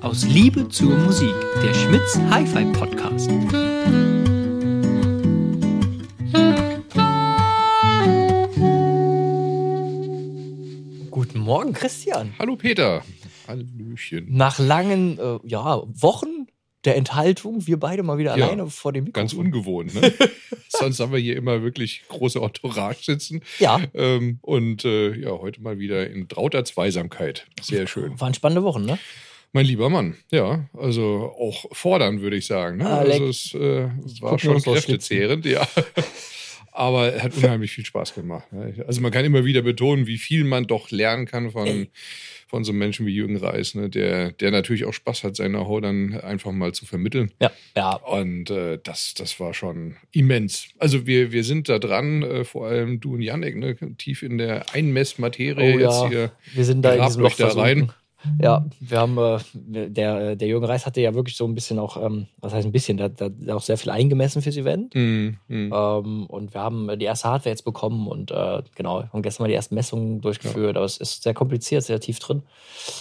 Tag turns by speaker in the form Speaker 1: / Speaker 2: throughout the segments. Speaker 1: Aus Liebe zur Musik, der Schmitz Hi-Fi Podcast.
Speaker 2: Guten Morgen, Christian.
Speaker 3: Hallo Peter. Hallöchen.
Speaker 2: Nach langen äh, ja, Wochen der Enthaltung, wir beide mal wieder
Speaker 3: Ja,
Speaker 2: alleine vor dem Mikrofon.
Speaker 3: Ganz ungewohnt, ne? Sonst haben wir hier immer wirklich große Entourage sitzen.
Speaker 2: Ja,
Speaker 3: Ähm, und äh, ja, heute mal wieder in trauter Zweisamkeit. Sehr schön.
Speaker 2: waren spannende Wochen, ne?
Speaker 3: Mein lieber Mann, ja, also auch fordern, würde ich sagen. Ne?
Speaker 2: Alex.
Speaker 3: Also es äh, es war
Speaker 2: gucken
Speaker 3: schon
Speaker 2: uns aus
Speaker 3: kräftezehrend, ja. Aber es hat unheimlich viel Spaß gemacht. ne? Also man kann immer wieder betonen, wie viel man doch lernen kann von,
Speaker 2: Ey.
Speaker 3: von so einem Menschen wie Jürgen Reis, ne? der, der natürlich auch Spaß hat, sein Know-how dann einfach mal zu vermitteln.
Speaker 2: Ja, ja.
Speaker 3: Und äh, das, das war schon immens. Also wir, wir sind da dran, äh, vor allem du und Yannick, ne? tief in der Einmessmaterie
Speaker 2: Oh
Speaker 3: jetzt
Speaker 2: ja.
Speaker 3: hier.
Speaker 2: Wir sind da in
Speaker 3: Grabt
Speaker 2: diesem Loch
Speaker 3: euch da
Speaker 2: versunken. Ja, wir haben, äh, der, äh, der Jürgen Reis hatte ja wirklich so ein bisschen auch, ähm, was heißt ein bisschen, da hat auch sehr viel eingemessen fürs Event.
Speaker 3: Mm, mm.
Speaker 2: Ähm, und wir haben äh, die erste Hardware jetzt bekommen und äh, genau, haben gestern mal die ersten Messungen durchgeführt. Aber es ist sehr kompliziert, sehr tief drin.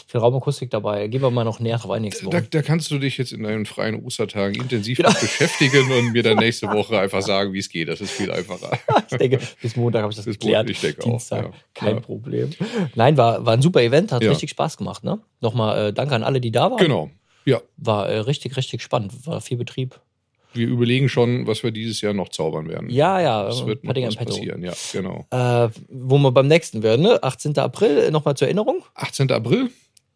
Speaker 2: Viel Raumakustik dabei. Gehen wir mal noch näher drauf ein nächste
Speaker 3: Da,
Speaker 2: Woche.
Speaker 3: da kannst du dich jetzt in deinen freien Ostertagen intensiv
Speaker 2: Genau.
Speaker 3: mit beschäftigen und mir dann nächste Woche einfach sagen, wie es geht. Das ist viel einfacher.
Speaker 2: Ich denke, bis Montag habe ich das
Speaker 3: Bis
Speaker 2: geklärt.
Speaker 3: Montag, ich denke auch,
Speaker 2: Dienstag,
Speaker 3: ja.
Speaker 2: kein
Speaker 3: Ja.
Speaker 2: Problem. Nein, war, war ein super Event, hat
Speaker 3: Ja.
Speaker 2: richtig Spaß gemacht. Ne? Nochmal äh, danke an alle, die da waren.
Speaker 3: genau. Ja,
Speaker 2: War äh, richtig, richtig spannend. War viel Betrieb.
Speaker 3: wir überlegen schon, was wir dieses Jahr noch zaubern werden.
Speaker 2: Ja, ja,
Speaker 3: Es wird
Speaker 2: ein
Speaker 3: noch
Speaker 2: paar Dinge
Speaker 3: was
Speaker 2: im Petto.
Speaker 3: passieren, ja, genau.
Speaker 2: Äh, wo wir beim nächsten werden, ne? 18. April, nochmal zur Erinnerung.
Speaker 3: 18. April.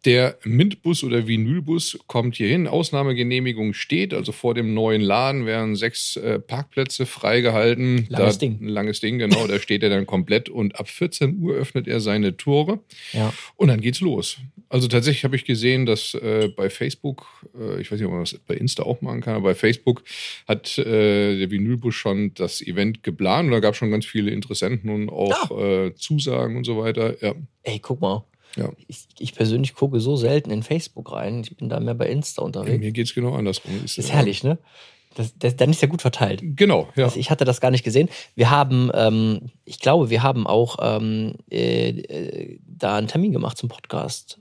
Speaker 3: Der MINT-Bus oder Vinylbus kommt hier hin. Ausnahmegenehmigung steht. Also vor dem neuen Laden werden sechs äh, Parkplätze freigehalten.
Speaker 2: Langes
Speaker 3: da,
Speaker 2: Ding.
Speaker 3: Ein langes Ding, genau. Da steht er dann komplett. Und ab 14 Uhr öffnet er seine Tore.
Speaker 2: Ja.
Speaker 3: Und dann geht's los. Also tatsächlich habe ich gesehen, dass äh, bei Facebook, äh, ich weiß nicht, ob man das bei Insta auch machen kann, aber bei Facebook hat äh, der Vinylbus schon das Event geplant und da gab es schon ganz viele Interessenten und auch
Speaker 2: Ah.
Speaker 3: äh, Zusagen und so weiter. Ja,
Speaker 2: Ey, guck mal.
Speaker 3: Ja.
Speaker 2: Ich, ich persönlich gucke so selten in Facebook rein. Ich bin da mehr bei Insta unterwegs.
Speaker 3: mir geht's genau andersrum.
Speaker 2: Ist
Speaker 3: ja-
Speaker 2: herrlich, ne? Das, das, dann ist ja gut verteilt.
Speaker 3: Genau, ja.
Speaker 2: Also ich hatte das gar nicht gesehen. Wir haben, ähm, ich glaube, wir haben auch ähm, äh, äh, da einen Termin gemacht zum Podcast.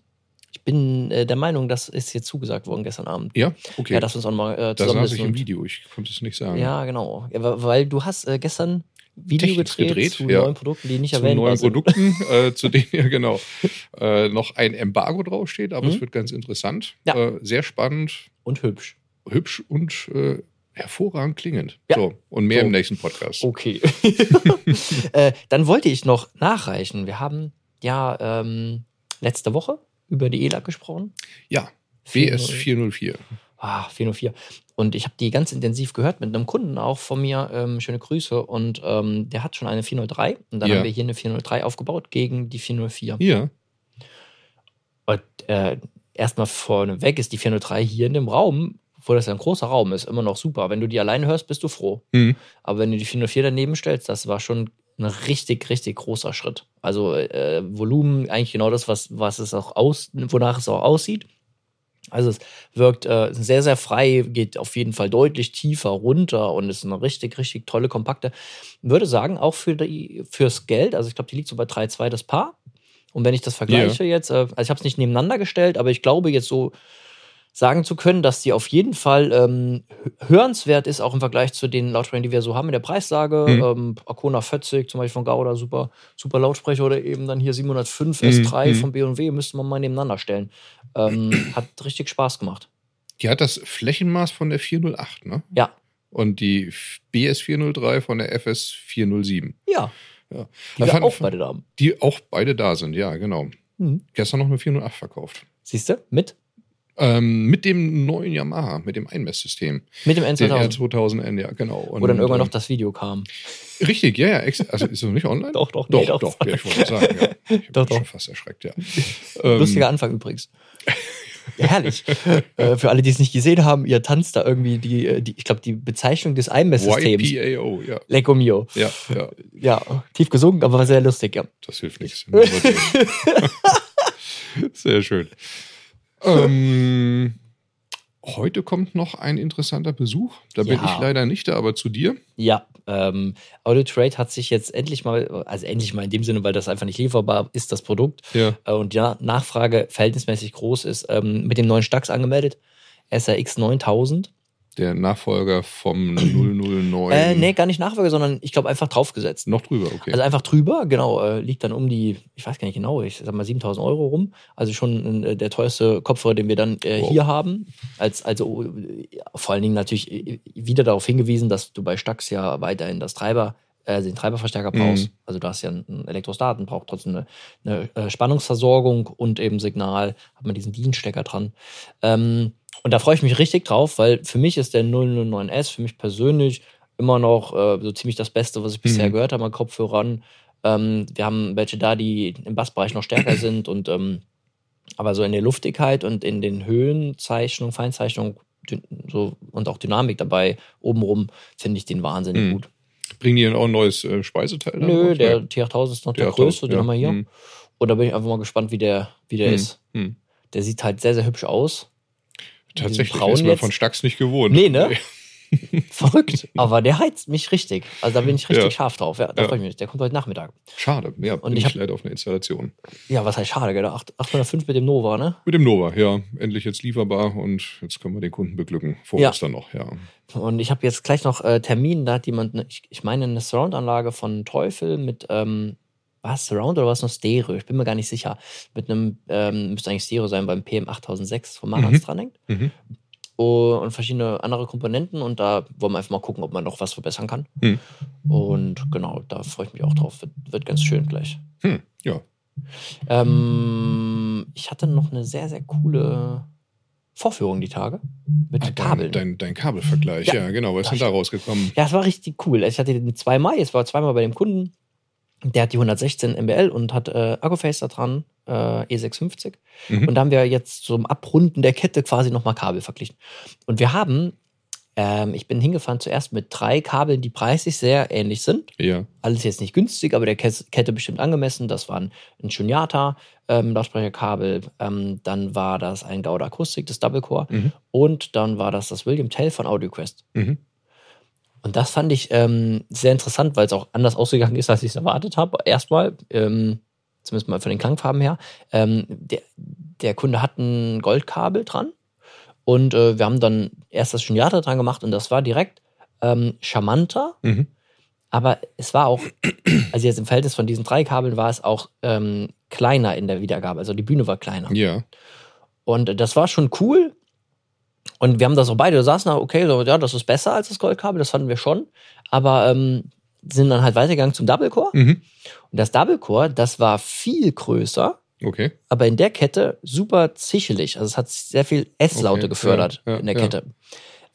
Speaker 2: Ich bin äh, der Meinung, das ist jetzt zugesagt worden gestern Abend.
Speaker 3: ja, okay.
Speaker 2: Ja, dass wir uns auch mal äh,
Speaker 3: da saß ich
Speaker 2: zusammensetzen.
Speaker 3: im
Speaker 2: und-
Speaker 3: Video, ich konnte es nicht sagen.
Speaker 2: Ja, genau. Ja, wa- weil du hast äh, gestern Video
Speaker 3: Techniks
Speaker 2: gedreht,
Speaker 3: gedreht,
Speaker 2: zu
Speaker 3: ja.
Speaker 2: neuen Produkten, die nicht
Speaker 3: Zu
Speaker 2: erwähnt also.
Speaker 3: neuen
Speaker 2: waren.
Speaker 3: Produkten, äh, zu denen ja genau äh, noch ein Embargo draufsteht, aber
Speaker 2: Mhm.
Speaker 3: es wird ganz interessant,
Speaker 2: Ja.
Speaker 3: äh, sehr spannend,
Speaker 2: Und hübsch.
Speaker 3: hübsch und äh, hervorragend klingend.
Speaker 2: Ja.
Speaker 3: So, und mehr
Speaker 2: So. Oh.
Speaker 3: im nächsten Podcast.
Speaker 2: Okay. äh, dann wollte ich noch nachreichen. Wir haben ja ähm, letzte Woche über die E ELAC gesprochen.
Speaker 3: Ja, BS 404.
Speaker 2: Ah, 404. Und ich habe die ganz intensiv gehört mit einem Kunden auch von mir. Ähm, schöne Grüße. Und ähm, der hat schon eine 403. Und dann
Speaker 3: Ja.
Speaker 2: haben wir hier eine 403 aufgebaut gegen die 404.
Speaker 3: Ja,
Speaker 2: Und äh, erstmal vorneweg ist die 403 hier in dem Raum, wo das ja ein großer Raum ist, immer noch super. Wenn du die alleine hörst, bist du froh.
Speaker 3: Hm.
Speaker 2: Aber wenn du die 404 daneben stellst, das war schon ein richtig, richtig großer Schritt. Also äh, Volumen, eigentlich genau das, was, was es auch aus, wonach es auch aussieht. Also es wirkt äh, sehr, sehr frei, geht auf jeden Fall deutlich tiefer runter und ist eine richtig, richtig tolle, kompakte. Würde sagen, auch für die, fürs Geld, also ich glaube, die liegt so bei 3,2 das Paar. Und wenn ich das vergleiche jetzt, äh, also ich habe es nicht nebeneinander gestellt, aber ich glaube jetzt so sagen zu können, dass die auf jeden Fall ähm, hö- hörenswert ist, auch im Vergleich zu den Lautsprechern, die wir so haben in der Preislage.
Speaker 3: Mhm.
Speaker 2: Ähm, Arcona 40 zum Beispiel von Gauda, super, super Lautsprecher oder eben dann hier 705
Speaker 3: Mhm,
Speaker 2: S3
Speaker 3: mhm.
Speaker 2: von B&W, müsste man mal nebeneinander stellen. Ähm, hat richtig Spaß gemacht.
Speaker 3: die hat das Flächenmaß von der 408, ne?
Speaker 2: Ja.
Speaker 3: Und die BS 403 von der FS 407.
Speaker 2: Ja.
Speaker 3: Ja.
Speaker 2: Die wir
Speaker 3: fand-
Speaker 2: auch beide da haben.
Speaker 3: Die auch beide da sind, ja, genau.
Speaker 2: Mhm.
Speaker 3: Gestern noch eine 408 verkauft.
Speaker 2: Siehst du? Mit?
Speaker 3: Ähm, mit dem neuen Yamaha, mit dem Einmesssystem.
Speaker 2: Mit dem
Speaker 3: Den
Speaker 2: N2000.
Speaker 3: R2000N, ja, genau. Und,
Speaker 2: Wo dann irgendwann noch
Speaker 3: ähm,
Speaker 2: das Video kam.
Speaker 3: Richtig, ja, ja. ex- Also ist es noch nicht online?
Speaker 2: Doch, doch,
Speaker 3: Doch,
Speaker 2: nee,
Speaker 3: doch, ja, ich wollte sagen. Ja. Ich bin
Speaker 2: Doch,
Speaker 3: schon
Speaker 2: doch.
Speaker 3: fast erschreckt, ja. Ähm,
Speaker 2: Lustiger Anfang übrigens. Ja, herrlich. äh, für alle, die es nicht gesehen haben, ihr tanzt da irgendwie die, äh, die ich glaube, die Bezeichnung des um Einmesssystems.
Speaker 3: YPAO, ja.
Speaker 2: Lecco mio.
Speaker 3: Ja, ja,
Speaker 2: Ja, tief gesunken, aber war sehr lustig, ja.
Speaker 3: das hilft nichts. Nehmen wir durch. Sehr schön. Ähm, Heute kommt noch ein interessanter Besuch. Da bin
Speaker 2: Ja.
Speaker 3: ich leider nicht da, aber zu dir.
Speaker 2: Ja, ähm, Auto Trade hat sich jetzt endlich mal, also endlich mal in dem Sinne, weil das einfach nicht lieferbar ist, das Produkt.
Speaker 3: Ja.
Speaker 2: Äh, und ja, Nachfrage verhältnismäßig groß ist, ähm, mit dem neuen Stax angemeldet. SRX 9000.
Speaker 3: Der Nachfolger vom 009.
Speaker 2: Äh, nee, gar nicht Nachfrage, sondern ich glaube einfach draufgesetzt.
Speaker 3: Noch drüber, okay.
Speaker 2: Also einfach drüber, genau, äh, liegt dann um die, ich weiß gar nicht genau, ich sag mal 7000 Euro rum. Also schon äh, der teuerste Kopfhörer, den wir dann äh,
Speaker 3: Wow.
Speaker 2: hier haben. Als, also äh, vor allen Dingen natürlich äh, wieder darauf hingewiesen, dass du bei Stax ja weiterhin das Treiber, äh, den Treiberverstärker
Speaker 3: Mhm.
Speaker 2: brauchst. Also du hast ja einen Elektrostaten, braucht trotzdem eine, eine äh, Spannungsversorgung und eben Signal, hat man diesen DIN-Stecker dran. Ähm, und da freue ich mich richtig drauf, weil für mich ist der 009S, für mich persönlich, immer noch äh, so ziemlich das Beste, was ich bisher
Speaker 3: Mhm.
Speaker 2: gehört habe an Kopfhörern. Ähm, wir haben welche da, die im Bassbereich noch stärker sind und ähm, aber so in der Luftigkeit und in den Höhenzeichnungen, Feinzeichnungen dyn- so, und auch Dynamik dabei obenrum finde ich den wahnsinnig
Speaker 3: Mhm.
Speaker 2: gut.
Speaker 3: Bringen die dann auch ein neues äh, Speiseteil? dann
Speaker 2: Nö,
Speaker 3: drauf?
Speaker 2: der
Speaker 3: Nee.
Speaker 2: T8000 ist noch der,
Speaker 3: Der
Speaker 2: größte,
Speaker 3: 8000,
Speaker 2: den
Speaker 3: ja.
Speaker 2: haben wir hier.
Speaker 3: Mhm.
Speaker 2: Und da bin ich einfach mal gespannt, wie der, wie der
Speaker 3: Mhm.
Speaker 2: ist.
Speaker 3: Hm.
Speaker 2: Der sieht halt sehr, sehr hübsch aus.
Speaker 3: Tatsächlich,
Speaker 2: Braun
Speaker 3: ist man
Speaker 2: jetzt?
Speaker 3: von Stax nicht gewohnt.
Speaker 2: Nee, ne? Verrückt. Aber der heizt mich richtig. Also da bin ich richtig
Speaker 3: Ja.
Speaker 2: scharf drauf. Ja, da
Speaker 3: Ja.
Speaker 2: freue ich mich. Der kommt heute Nachmittag.
Speaker 3: Schade, ja,
Speaker 2: Und
Speaker 3: bin
Speaker 2: ich
Speaker 3: ich,
Speaker 2: hab-
Speaker 3: leider auf eine Installation.
Speaker 2: Ja, was heißt schade, gell? 8- 805 mit dem Nova, ne?
Speaker 3: Mit dem Nova, ja, endlich jetzt lieferbar und jetzt können wir den Kunden beglücken. Vor
Speaker 2: Ja.
Speaker 3: uns dann noch, ja.
Speaker 2: Und ich habe jetzt gleich noch äh, Termin, da hat jemand, ne, ich, ich meine, eine Surround-Anlage von Teufel mit, ähm, was, Surround oder was noch Stereo? Ich bin mir gar nicht sicher. Mit einem, ähm, müsste eigentlich Stereo sein, beim PM8006 vom Marantz
Speaker 3: Mhm.
Speaker 2: dran hängt.
Speaker 3: Mhm.
Speaker 2: Oh, und verschiedene andere Komponenten und da wollen wir einfach mal gucken, ob man noch was verbessern kann.
Speaker 3: Hm.
Speaker 2: Und genau, da freue ich mich auch drauf. Wird, wird ganz schön gleich.
Speaker 3: Hm, ja.
Speaker 2: Ähm, ich hatte noch eine sehr, sehr coole Vorführung die Tage mit
Speaker 3: Ah,
Speaker 2: Kabeln.
Speaker 3: Dein, dein, dein Kabelvergleich,
Speaker 2: ne? Ja.
Speaker 3: ja, genau. Was ist denn da rausgekommen?
Speaker 2: Ja, es war richtig cool. Ich hatte den zweimal, jetzt war zweimal bei dem Kunden. Der hat die 116 MBL und hat äh, Akkuface da dran, äh, E650.
Speaker 3: Mhm.
Speaker 2: Und da haben wir jetzt zum Abrunden der Kette quasi nochmal Kabel verglichen. Und wir haben, ähm, ich bin hingefahren zuerst mit drei Kabeln, die preislich sehr ähnlich sind.
Speaker 3: Ja.
Speaker 2: Alles jetzt nicht günstig, aber der Kes- Kette bestimmt angemessen. Das waren ein Shunyata ähm, Lautsprecherkabel, ähm, dann war das ein Gauda Akustik, das Double Core
Speaker 3: Mhm.
Speaker 2: und dann war das das William Tell von AudioQuest.
Speaker 3: Mhm.
Speaker 2: Und das fand ich ähm, sehr interessant, weil es auch anders ausgegangen ist, als ich es erwartet habe. Erstmal, ähm, zumindest mal von den Klangfarben her, ähm, der, der Kunde hat ein Goldkabel dran und äh, wir haben dann erst das Juniata dran gemacht und das war direkt ähm, charmanter,
Speaker 3: Mhm.
Speaker 2: aber es war auch, also jetzt im Verhältnis von diesen drei Kabeln war es auch ähm, kleiner in der Wiedergabe, also die Bühne war kleiner.
Speaker 3: Ja.
Speaker 2: Und äh, das war schon cool. Und wir haben das auch beide, wir saßen da, okay, so, ja, das ist besser als das Goldkabel, das fanden wir schon. Aber ähm, sind dann halt weitergegangen zum Double Core.
Speaker 3: Mhm.
Speaker 2: Und das Double Core, das war viel größer,
Speaker 3: Okay.
Speaker 2: aber in der Kette super zichelig. Also es hat sehr viel S-Laute
Speaker 3: Okay,
Speaker 2: gefördert
Speaker 3: ja, ja,
Speaker 2: in der
Speaker 3: ja.
Speaker 2: Kette.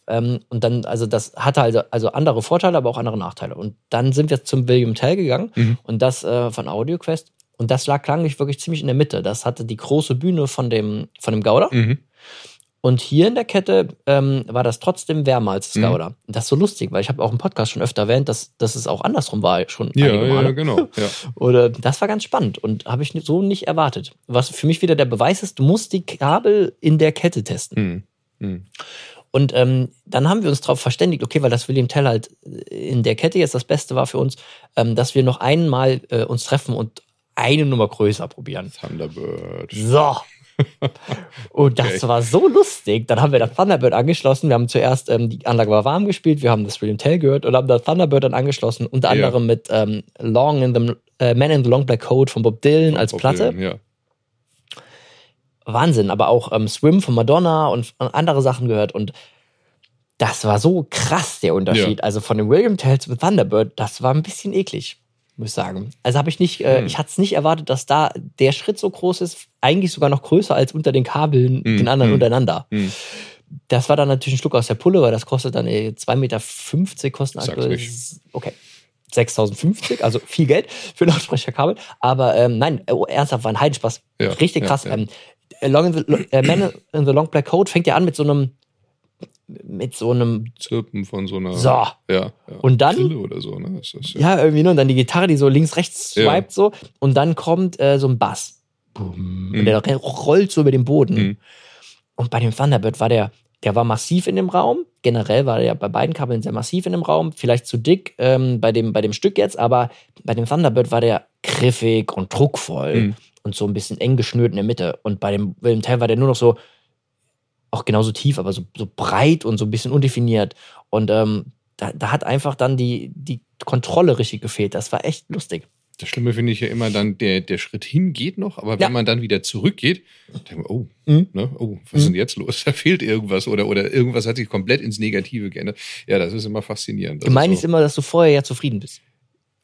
Speaker 2: Ähm, und dann, also das hatte also, also andere Vorteile, aber auch andere Nachteile. Und dann sind wir zum William Tell gegangen
Speaker 3: Mhm.
Speaker 2: und das äh, von AudioQuest. Und das lag klanglich wirklich ziemlich in der Mitte. Das hatte die große Bühne von dem, von dem Gauder.
Speaker 3: Mhm.
Speaker 2: Und hier in der Kette ähm, war das trotzdem wärmer als das
Speaker 3: Mhm.
Speaker 2: Gouda. Das ist so lustig, weil ich habe auch im Podcast schon öfter erwähnt, dass, dass es auch andersrum war schon
Speaker 3: Ja,
Speaker 2: einige Male.
Speaker 3: ja, genau. Ja.
Speaker 2: Oder das war ganz spannend und habe ich so nicht erwartet. Was für mich wieder der Beweis ist, du musst die Kabel in der Kette testen.
Speaker 3: Mhm. Mhm.
Speaker 2: Und ähm, dann haben wir uns darauf verständigt, okay, weil das William Tell halt in der Kette jetzt das Beste war für uns, ähm, dass wir noch einmal äh, uns treffen und eine Nummer größer probieren.
Speaker 3: Thunderbird.
Speaker 2: So. Und das
Speaker 3: Okay.
Speaker 2: war so lustig. Dann haben wir das Thunderbird angeschlossen. Wir haben zuerst, ähm, die Anlage war warm gespielt, wir haben das William Tell gehört und haben das Thunderbird dann angeschlossen, unter
Speaker 3: Ja.
Speaker 2: anderem mit ähm, Long in the, äh, Man in the Long Black Coat von Bob Dylan als
Speaker 3: Bob
Speaker 2: Platte.
Speaker 3: Dylan, Ja.
Speaker 2: Wahnsinn, aber auch ähm, Swim von Madonna und, und andere Sachen gehört und das war so krass, der Unterschied. Also von dem William Tell zum Thunderbird, das war ein bisschen eklig, muss ich sagen. Also habe ich nicht, äh,
Speaker 3: Hm.
Speaker 2: ich hatte es nicht erwartet, dass da der Schritt so groß ist, eigentlich sogar noch größer als unter den Kabeln, den anderen
Speaker 3: hm.
Speaker 2: untereinander.
Speaker 3: Hm.
Speaker 2: Das war dann natürlich ein Schluck aus der Pulle, weil das kostet dann äh, 2,50 Meter kosten
Speaker 3: Sag's
Speaker 2: aktuell.
Speaker 3: nicht.
Speaker 2: Okay. 6050, also viel Geld für ein Lautsprecherkabel. Aber ähm, nein, äh, oh, ernsthaft, war ein Heidenspaß.
Speaker 3: Ja,
Speaker 2: Richtig
Speaker 3: ja,
Speaker 2: krass.
Speaker 3: ja.
Speaker 2: Ähm, äh, Long in the, Lo- äh, Man in the Long Black Coat fängt ja an mit so einem, mit so einem,
Speaker 3: Zirpen von so einer.
Speaker 2: so, ja,
Speaker 3: Ja, ja.
Speaker 2: Und dann-
Speaker 3: Grille oder so, ne? Ist das,
Speaker 2: irgendwie, ne? Und dann die Gitarre, die so links, rechts
Speaker 3: Ja.
Speaker 2: swiped so. Und dann kommt äh, so ein Bass. Boom. Und der rollt so über den Boden.
Speaker 3: Mhm.
Speaker 2: Und bei dem Thunderbird war der Der war massiv in dem Raum. Generell war er ja bei beiden Kabeln sehr massiv in dem Raum. Vielleicht zu dick ähm, bei, dem, bei dem Stück jetzt, aber bei dem Thunderbird war der griffig und druckvoll
Speaker 3: Mhm.
Speaker 2: und so ein bisschen eng geschnürt in der Mitte. Und bei dem Wilhelm Tell war der nur noch so, auch genauso tief, aber so, so breit und so ein bisschen undefiniert. Und ähm, da, da hat einfach dann die, die Kontrolle richtig gefehlt. Das war echt lustig.
Speaker 3: Das Schlimme finde ich ja immer dann, der, der Schritt hin geht noch, aber wenn
Speaker 2: Ja.
Speaker 3: man dann wieder zurückgeht, denkt man, oh,
Speaker 2: Mhm.
Speaker 3: ne, oh, was ist
Speaker 2: Mhm.
Speaker 3: denn jetzt los? Da fehlt irgendwas oder, oder irgendwas hat sich komplett ins Negative geändert. Ja, das ist immer faszinierend. Das
Speaker 2: Gemein
Speaker 3: ist
Speaker 2: ist immer, dass du vorher ja zufrieden bist.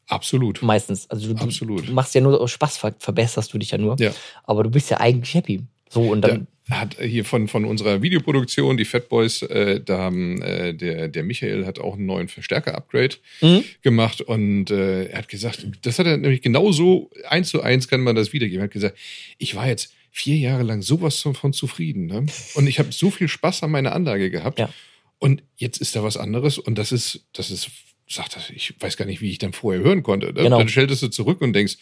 Speaker 3: absolut.
Speaker 2: Meistens. Also du, du-
Speaker 3: Absolut.
Speaker 2: du machst ja nur aus Spaß, ver verbesserst du dich ja nur.
Speaker 3: Ja.
Speaker 2: Aber du bist ja eigentlich happy. So und
Speaker 3: Da
Speaker 2: dann.
Speaker 3: hat hier von, von unserer Videoproduktion, die Fat Boys, äh, da haben, äh, der, der Michael hat auch einen neuen Verstärker-Upgrade
Speaker 2: Mhm.
Speaker 3: gemacht und äh, er hat gesagt, das hat er nämlich genauso eins zu eins kann man das wiedergeben. Er hat gesagt, ich war jetzt vier Jahre lang sowas von, von zufrieden ne? und ich habe so viel Spaß an meiner Anlage gehabt
Speaker 2: Ja.
Speaker 3: und jetzt ist da was anderes und das ist, das ist, sagt er, ich weiß gar nicht, wie ich dann vorher hören konnte. Ne?
Speaker 2: Genau.
Speaker 3: Dann stelltest du zurück und denkst,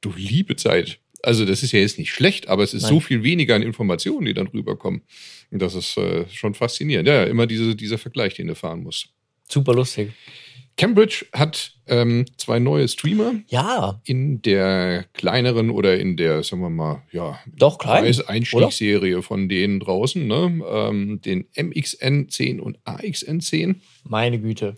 Speaker 3: du liebe Zeit. Also das ist ja jetzt nicht schlecht, aber es ist
Speaker 2: Nein.
Speaker 3: so viel weniger an Informationen, die dann rüberkommen. Und das ist äh, schon faszinierend. Ja, immer diese, dieser Vergleich, den du fahren musst.
Speaker 2: Super lustig.
Speaker 3: Cambridge hat ähm, zwei neue Streamer
Speaker 2: Ja,
Speaker 3: in der kleineren oder in der, sagen wir mal, ja,
Speaker 2: doch, klein.
Speaker 3: Einstiegsserie von denen draußen, ne? ähm, den MXN10 und AXN10.
Speaker 2: Meine Güte.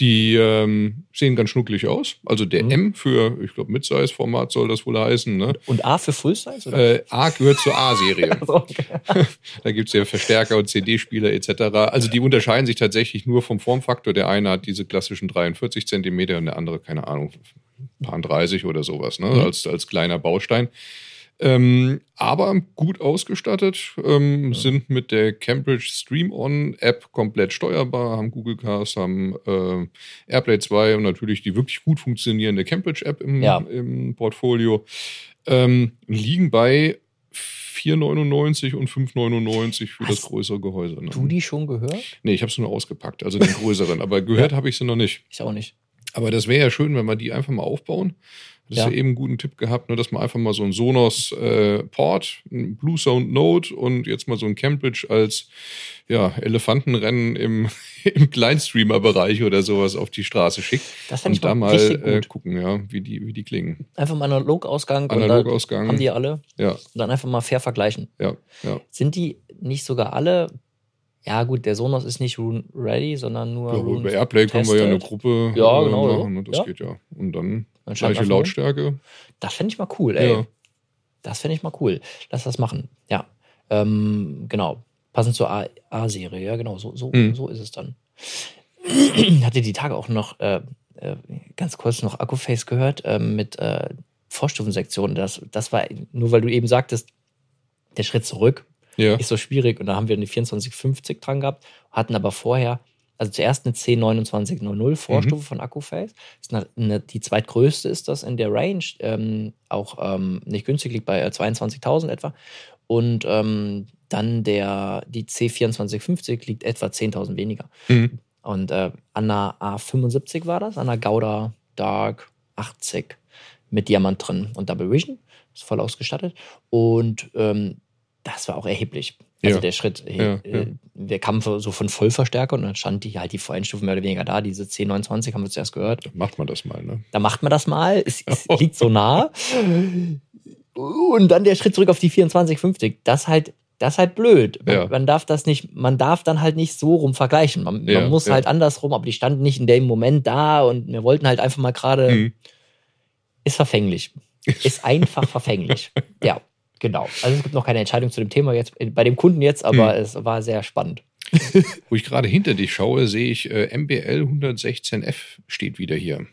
Speaker 3: Die ähm, sehen ganz schnucklig aus. Also der
Speaker 2: Mhm.
Speaker 3: M für, ich glaube, Mid-Size-Format soll das wohl heißen. Ne?
Speaker 2: Und A für Full Size? Oder?
Speaker 3: Äh, A gehört zur A-Serie.
Speaker 2: So, okay.
Speaker 3: Da gibt's ja Verstärker und CD-Spieler etc. Also die unterscheiden sich tatsächlich nur vom Formfaktor. Der eine hat diese klassischen 43 Zentimeter und der andere, keine Ahnung, paar 30 oder sowas, ne?
Speaker 2: Mhm.
Speaker 3: als, als kleiner Baustein. Ähm, aber gut ausgestattet, ähm, sind mit der Cambridge Stream On App komplett steuerbar, haben Google Cast, haben ähm, Airplay 2 und natürlich die wirklich gut funktionierende Cambridge App im,
Speaker 2: Ja.
Speaker 3: im Portfolio. Ähm, liegen bei 4,99 und 5,99 für das
Speaker 2: Hast
Speaker 3: größere Gehäuse. Ne?
Speaker 2: Du die schon gehört?
Speaker 3: Nee, ich habe sie nur ausgepackt, also den größeren, aber gehört habe ich sie noch nicht.
Speaker 2: Ich auch nicht.
Speaker 3: Aber das wäre ja schön, wenn wir die einfach mal aufbauen. Das
Speaker 2: Ja.
Speaker 3: ist ja eben einen guten Tipp gehabt, ne, dass man einfach mal so einen Sonos äh, Port, einen Blue Sound Note und jetzt mal so ein Cambridge als ja, Elefantenrennen im, im Kleinstreamer-Bereich oder sowas auf die Straße schickt.
Speaker 2: Das fände ich
Speaker 3: Und da
Speaker 2: mal
Speaker 3: mal
Speaker 2: richtig
Speaker 3: äh,
Speaker 2: gut.
Speaker 3: gucken, ja, wie die, wie die klingen.
Speaker 2: Einfach mal Analogausgang. und da
Speaker 3: Analogausgang.
Speaker 2: haben die alle.
Speaker 3: Ja,
Speaker 2: Und dann einfach mal fair vergleichen.
Speaker 3: ja, ja.
Speaker 2: Sind die nicht sogar alle? Ja, gut, der Sonos ist nicht Rune Ready, sondern nur.
Speaker 3: Ja,
Speaker 2: Rune
Speaker 3: über Airplay können wir ja eine
Speaker 2: testet.
Speaker 3: Gruppe
Speaker 2: Ja,
Speaker 3: äh,
Speaker 2: genau,
Speaker 3: machen.
Speaker 2: ja.
Speaker 3: Ne? Das
Speaker 2: Ja.
Speaker 3: geht ja. Und dann
Speaker 2: Dann schreibt
Speaker 3: gleiche
Speaker 2: einfach nur-
Speaker 3: Lautstärke.
Speaker 2: Das fände ich mal cool, ey.
Speaker 3: Ja.
Speaker 2: Das fände ich mal cool. Lass das machen. Ja. Ähm, genau. Passend zur A- A-Serie, ja, genau. So, so,
Speaker 3: Mhm.
Speaker 2: so ist es dann. Hatte die Tage auch noch äh, äh, ganz kurz noch Akkuface gehört äh, mit äh, Vorstufensektionen. Das, das war, nur weil du eben sagtest, der Schritt zurück
Speaker 3: Ja.
Speaker 2: ist so schwierig. Und da haben wir eine 2450 dran gehabt, hatten aber vorher, also zuerst eine 102900 Vorstufe von Akkuface. Ist eine, eine, die zweitgrößte ist das in der Range, ähm, auch ähm, nicht günstig, liegt bei äh, 22.000 etwa. Und ähm, dann der, die C2450 liegt etwa 10.000 weniger.
Speaker 3: Mhm.
Speaker 2: Und äh, an der A75 war das, an der Gouda Dark 80 mit Diamant drin und Double Vision. Ist voll ausgestattet. Und ähm, das war auch erheblich. Also
Speaker 3: Ja.
Speaker 2: der Schritt,
Speaker 3: Ja,
Speaker 2: äh, der kam so von Vollverstärker und dann stand die halt die Voreinstufen mehr oder weniger da. Diese 1029 haben wir zuerst gehört
Speaker 3: Dann macht man das mal, ne?
Speaker 2: da macht man das mal, es, es liegt so nah. Und dann der Schritt zurück auf die 24, 50. Das halt, das halt blöd. Man,
Speaker 3: Ja.
Speaker 2: man darf das nicht, man darf dann halt nicht so rum vergleichen. Man,
Speaker 3: Ja,
Speaker 2: man muss
Speaker 3: ja.
Speaker 2: halt andersrum, aber die standen nicht in dem Moment da und wir wollten halt einfach mal gerade.
Speaker 3: Mhm.
Speaker 2: Ist verfänglich. Ist einfach verfänglich. Ja, genau. Also es gibt noch keine Entscheidung zu dem Thema jetzt, äh, bei dem Kunden jetzt, aber
Speaker 3: Mhm.
Speaker 2: es war sehr spannend.
Speaker 3: Wo ich gerade hinter dich schaue, sehe ich äh, MBL 116F steht wieder hier.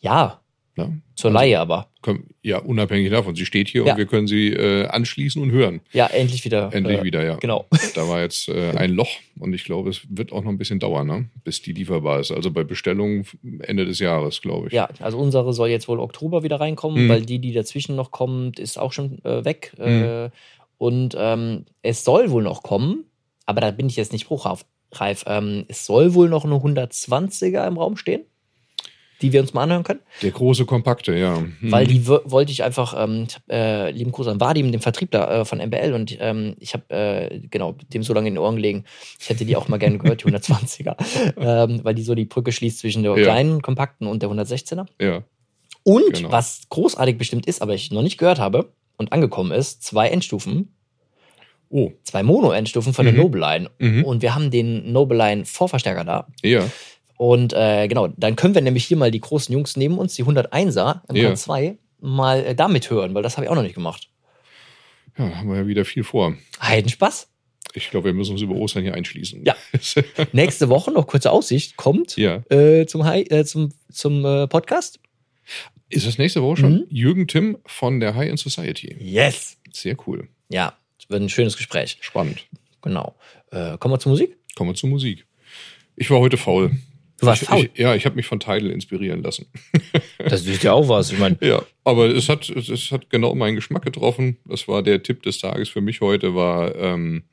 Speaker 2: Ja,
Speaker 3: Ne?
Speaker 2: zur
Speaker 3: Also-
Speaker 2: Laie aber.
Speaker 3: Komm, Ja, unabhängig davon. Sie steht hier
Speaker 2: Ja.
Speaker 3: und wir können sie äh, anschließen und hören.
Speaker 2: Ja, endlich wieder.
Speaker 3: Endlich
Speaker 2: äh,
Speaker 3: wieder, ja.
Speaker 2: Genau.
Speaker 3: Da war jetzt äh, ein Loch und ich glaube, es wird auch noch ein bisschen dauern, ne? bis die lieferbar ist. Also bei Bestellung Ende des Jahres, glaube ich.
Speaker 2: Ja, also unsere soll jetzt wohl Oktober wieder reinkommen,
Speaker 3: Mhm.
Speaker 2: weil die, die dazwischen noch kommt, ist auch schon äh, weg. Äh,
Speaker 3: Mhm.
Speaker 2: und ähm, es soll wohl noch kommen, aber da bin ich jetzt nicht hochreif. Reif. Ähm, es soll wohl noch eine 120er im Raum stehen. die wir uns mal anhören können.
Speaker 3: Der große Kompakte, ja. Hm.
Speaker 2: Weil die wo- wollte ich einfach, ähm, ich hab, äh, lieben Gruß an Vadim, dem Vertriebler äh, von MBL und ähm, ich habe, äh, genau, dem so lange in den Ohren gelegen, ich hätte die auch mal gerne gehört, die 120er, ähm, weil die so die Brücke schließt zwischen der
Speaker 3: Ja.
Speaker 2: kleinen, kompakten und der 116er.
Speaker 3: ja.
Speaker 2: Und
Speaker 3: Genau.
Speaker 2: was großartig bestimmt ist, aber ich noch nicht gehört habe und angekommen ist, zwei Endstufen,
Speaker 3: Oh,
Speaker 2: zwei Mono-Endstufen von
Speaker 3: Mhm.
Speaker 2: der Nobeline.
Speaker 3: mhm.
Speaker 2: Und wir haben den Nobeline Vorverstärker da.
Speaker 3: ja.
Speaker 2: Und äh, genau, dann können wir nämlich hier mal die großen Jungs neben uns, die 101er,
Speaker 3: Ja.
Speaker 2: MK2, mal äh, damit hören, weil das habe ich auch noch nicht gemacht.
Speaker 3: Ja, da haben wir ja wieder viel vor.
Speaker 2: Heiden Spaß.
Speaker 3: Ich glaube, wir müssen uns über Ostern hier einschließen.
Speaker 2: Ja. Nächste Woche, noch kurze Aussicht, kommt
Speaker 3: ja.
Speaker 2: äh, zum, Hi äh, zum, zum äh, Podcast.
Speaker 3: Ist das nächste Woche schon?
Speaker 2: Mhm.
Speaker 3: Jürgen Tim von der High in Society.
Speaker 2: Yes.
Speaker 3: Sehr cool.
Speaker 2: Ja, wird ein schönes Gespräch.
Speaker 3: Spannend.
Speaker 2: Genau. Äh, kommen wir zur Musik?
Speaker 3: Kommen wir zur Musik. Ich war heute faul.
Speaker 2: Du warst
Speaker 3: ich,
Speaker 2: faul.
Speaker 3: Ich, ja, ich habe mich von Tidal inspirieren lassen.
Speaker 2: das ist ja auch was. Ich meine,
Speaker 3: Ja, aber es hat, es, es hat genau meinen Geschmack getroffen. Das war der Tipp des Tages für mich heute, war ähm,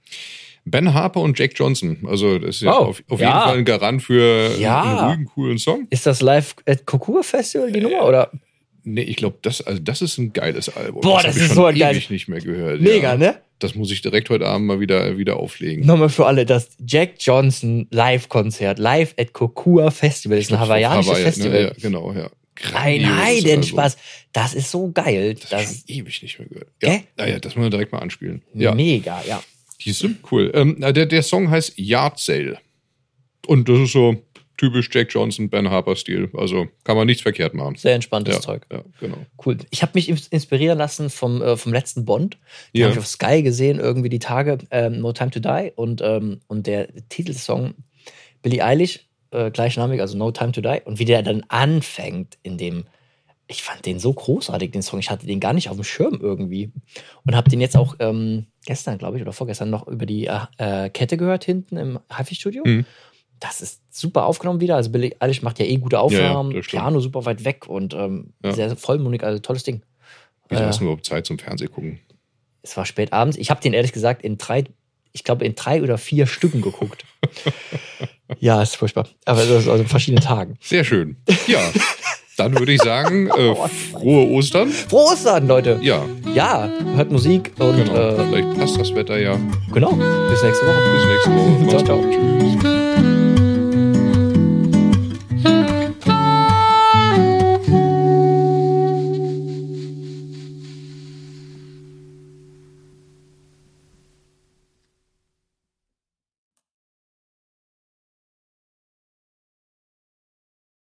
Speaker 3: Ben Harper und Jack Johnson. Also das ist ja
Speaker 2: Oh,
Speaker 3: auf, auf
Speaker 2: ja.
Speaker 3: jeden Fall ein Garant für
Speaker 2: Ja.
Speaker 3: einen ruhigen, coolen Song.
Speaker 2: ist das live at Kokura Festival die Nummer? Oder?
Speaker 3: Nee, ich glaube, das, also das ist ein geiles Album.
Speaker 2: Boah,
Speaker 3: hab
Speaker 2: das
Speaker 3: ich
Speaker 2: ist
Speaker 3: schon
Speaker 2: so ein
Speaker 3: ewig
Speaker 2: geiles-
Speaker 3: nicht mehr gehört.
Speaker 2: Mega,
Speaker 3: ja.
Speaker 2: ne?
Speaker 3: Das muss ich direkt heute Abend mal wieder, wieder auflegen.
Speaker 2: Nochmal für alle, das Jack Johnson Live-Konzert, live at Kokua Festival, das ist ein hawaiianisches
Speaker 3: Hawaii, ne?
Speaker 2: Festival.
Speaker 3: Ja, genau, ja.
Speaker 2: Ein
Speaker 3: Grandioses
Speaker 2: Heidenspaß. Das ist so geil.
Speaker 3: Album.
Speaker 2: Das,
Speaker 3: Das ist schon ewig nicht mehr gehört. Ja,
Speaker 2: Gell?
Speaker 3: naja, das muss man direkt mal anspielen.
Speaker 2: ist
Speaker 3: Ja,
Speaker 2: mega, ja.
Speaker 3: Die sind cool. Ähm, na, der, der Song heißt Yard Sale. Und das ist so typisch Jack Johnson, Ben Harper-Stil. Also kann man nichts verkehrt machen.
Speaker 2: Sehr entspanntes
Speaker 3: ja,
Speaker 2: Zeug.
Speaker 3: Ja, genau.
Speaker 2: Cool. Ich habe mich ins- inspirieren lassen vom, äh, vom letzten Bond. Den
Speaker 3: Ja.
Speaker 2: habe ich auf Sky gesehen, irgendwie die Tage, ähm, No Time to Die. Und, ähm, und der Titelsong Billy Eilish, äh, gleichnamig, also No Time to Die. Und wie der dann anfängt in dem, ich fand den so großartig, den Song. Ich hatte den gar nicht auf dem Schirm irgendwie. Und habe den jetzt auch ähm, gestern, glaube ich, oder vorgestern noch über die äh, äh, Kette gehört hinten im HiFi-Studio.
Speaker 3: Mhm.
Speaker 2: Das ist super aufgenommen wieder. Also Billy Eilish macht ja eh gute Aufnahmen,
Speaker 3: das stimmt.
Speaker 2: Piano super weit weg und ähm,
Speaker 3: Ja.
Speaker 2: sehr vollmundig, also tolles Ding.
Speaker 3: Wieso
Speaker 2: Äh.
Speaker 3: hast du überhaupt Zeit zum Fernseh gucken?
Speaker 2: Es war spät abends. Ich habe den ehrlich gesagt in drei, ich glaube in drei oder vier Stücken geguckt. ja, ist furchtbar. Aber das ist also in verschiedenen Tagen.
Speaker 3: Sehr schön. Ja, dann würde ich sagen,
Speaker 2: Oh,
Speaker 3: äh, frohe Ostern.
Speaker 2: Frohe Ostern, Leute!
Speaker 3: Ja,
Speaker 2: Ja, hört Musik und
Speaker 3: genau.
Speaker 2: äh,
Speaker 3: Vielleicht passt das Wetter ja.
Speaker 2: genau, bis nächste Woche.
Speaker 3: Bis nächste
Speaker 2: Ciao,
Speaker 3: Woche.
Speaker 2: ciao.
Speaker 3: Tschüss.